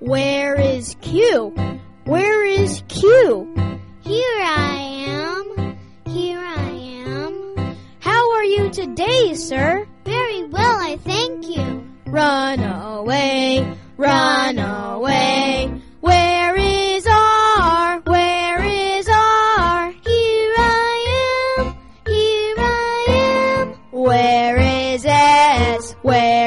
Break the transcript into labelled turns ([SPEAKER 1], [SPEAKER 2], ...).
[SPEAKER 1] Where is Q? Where is Q?
[SPEAKER 2] Here I am. Here I am.
[SPEAKER 1] How are you today, sir?
[SPEAKER 2] Very well, I thank you.
[SPEAKER 1] Run away, run away. Where is R? Where is R?
[SPEAKER 2] Here I am. Here I am.
[SPEAKER 1] Where is S? Where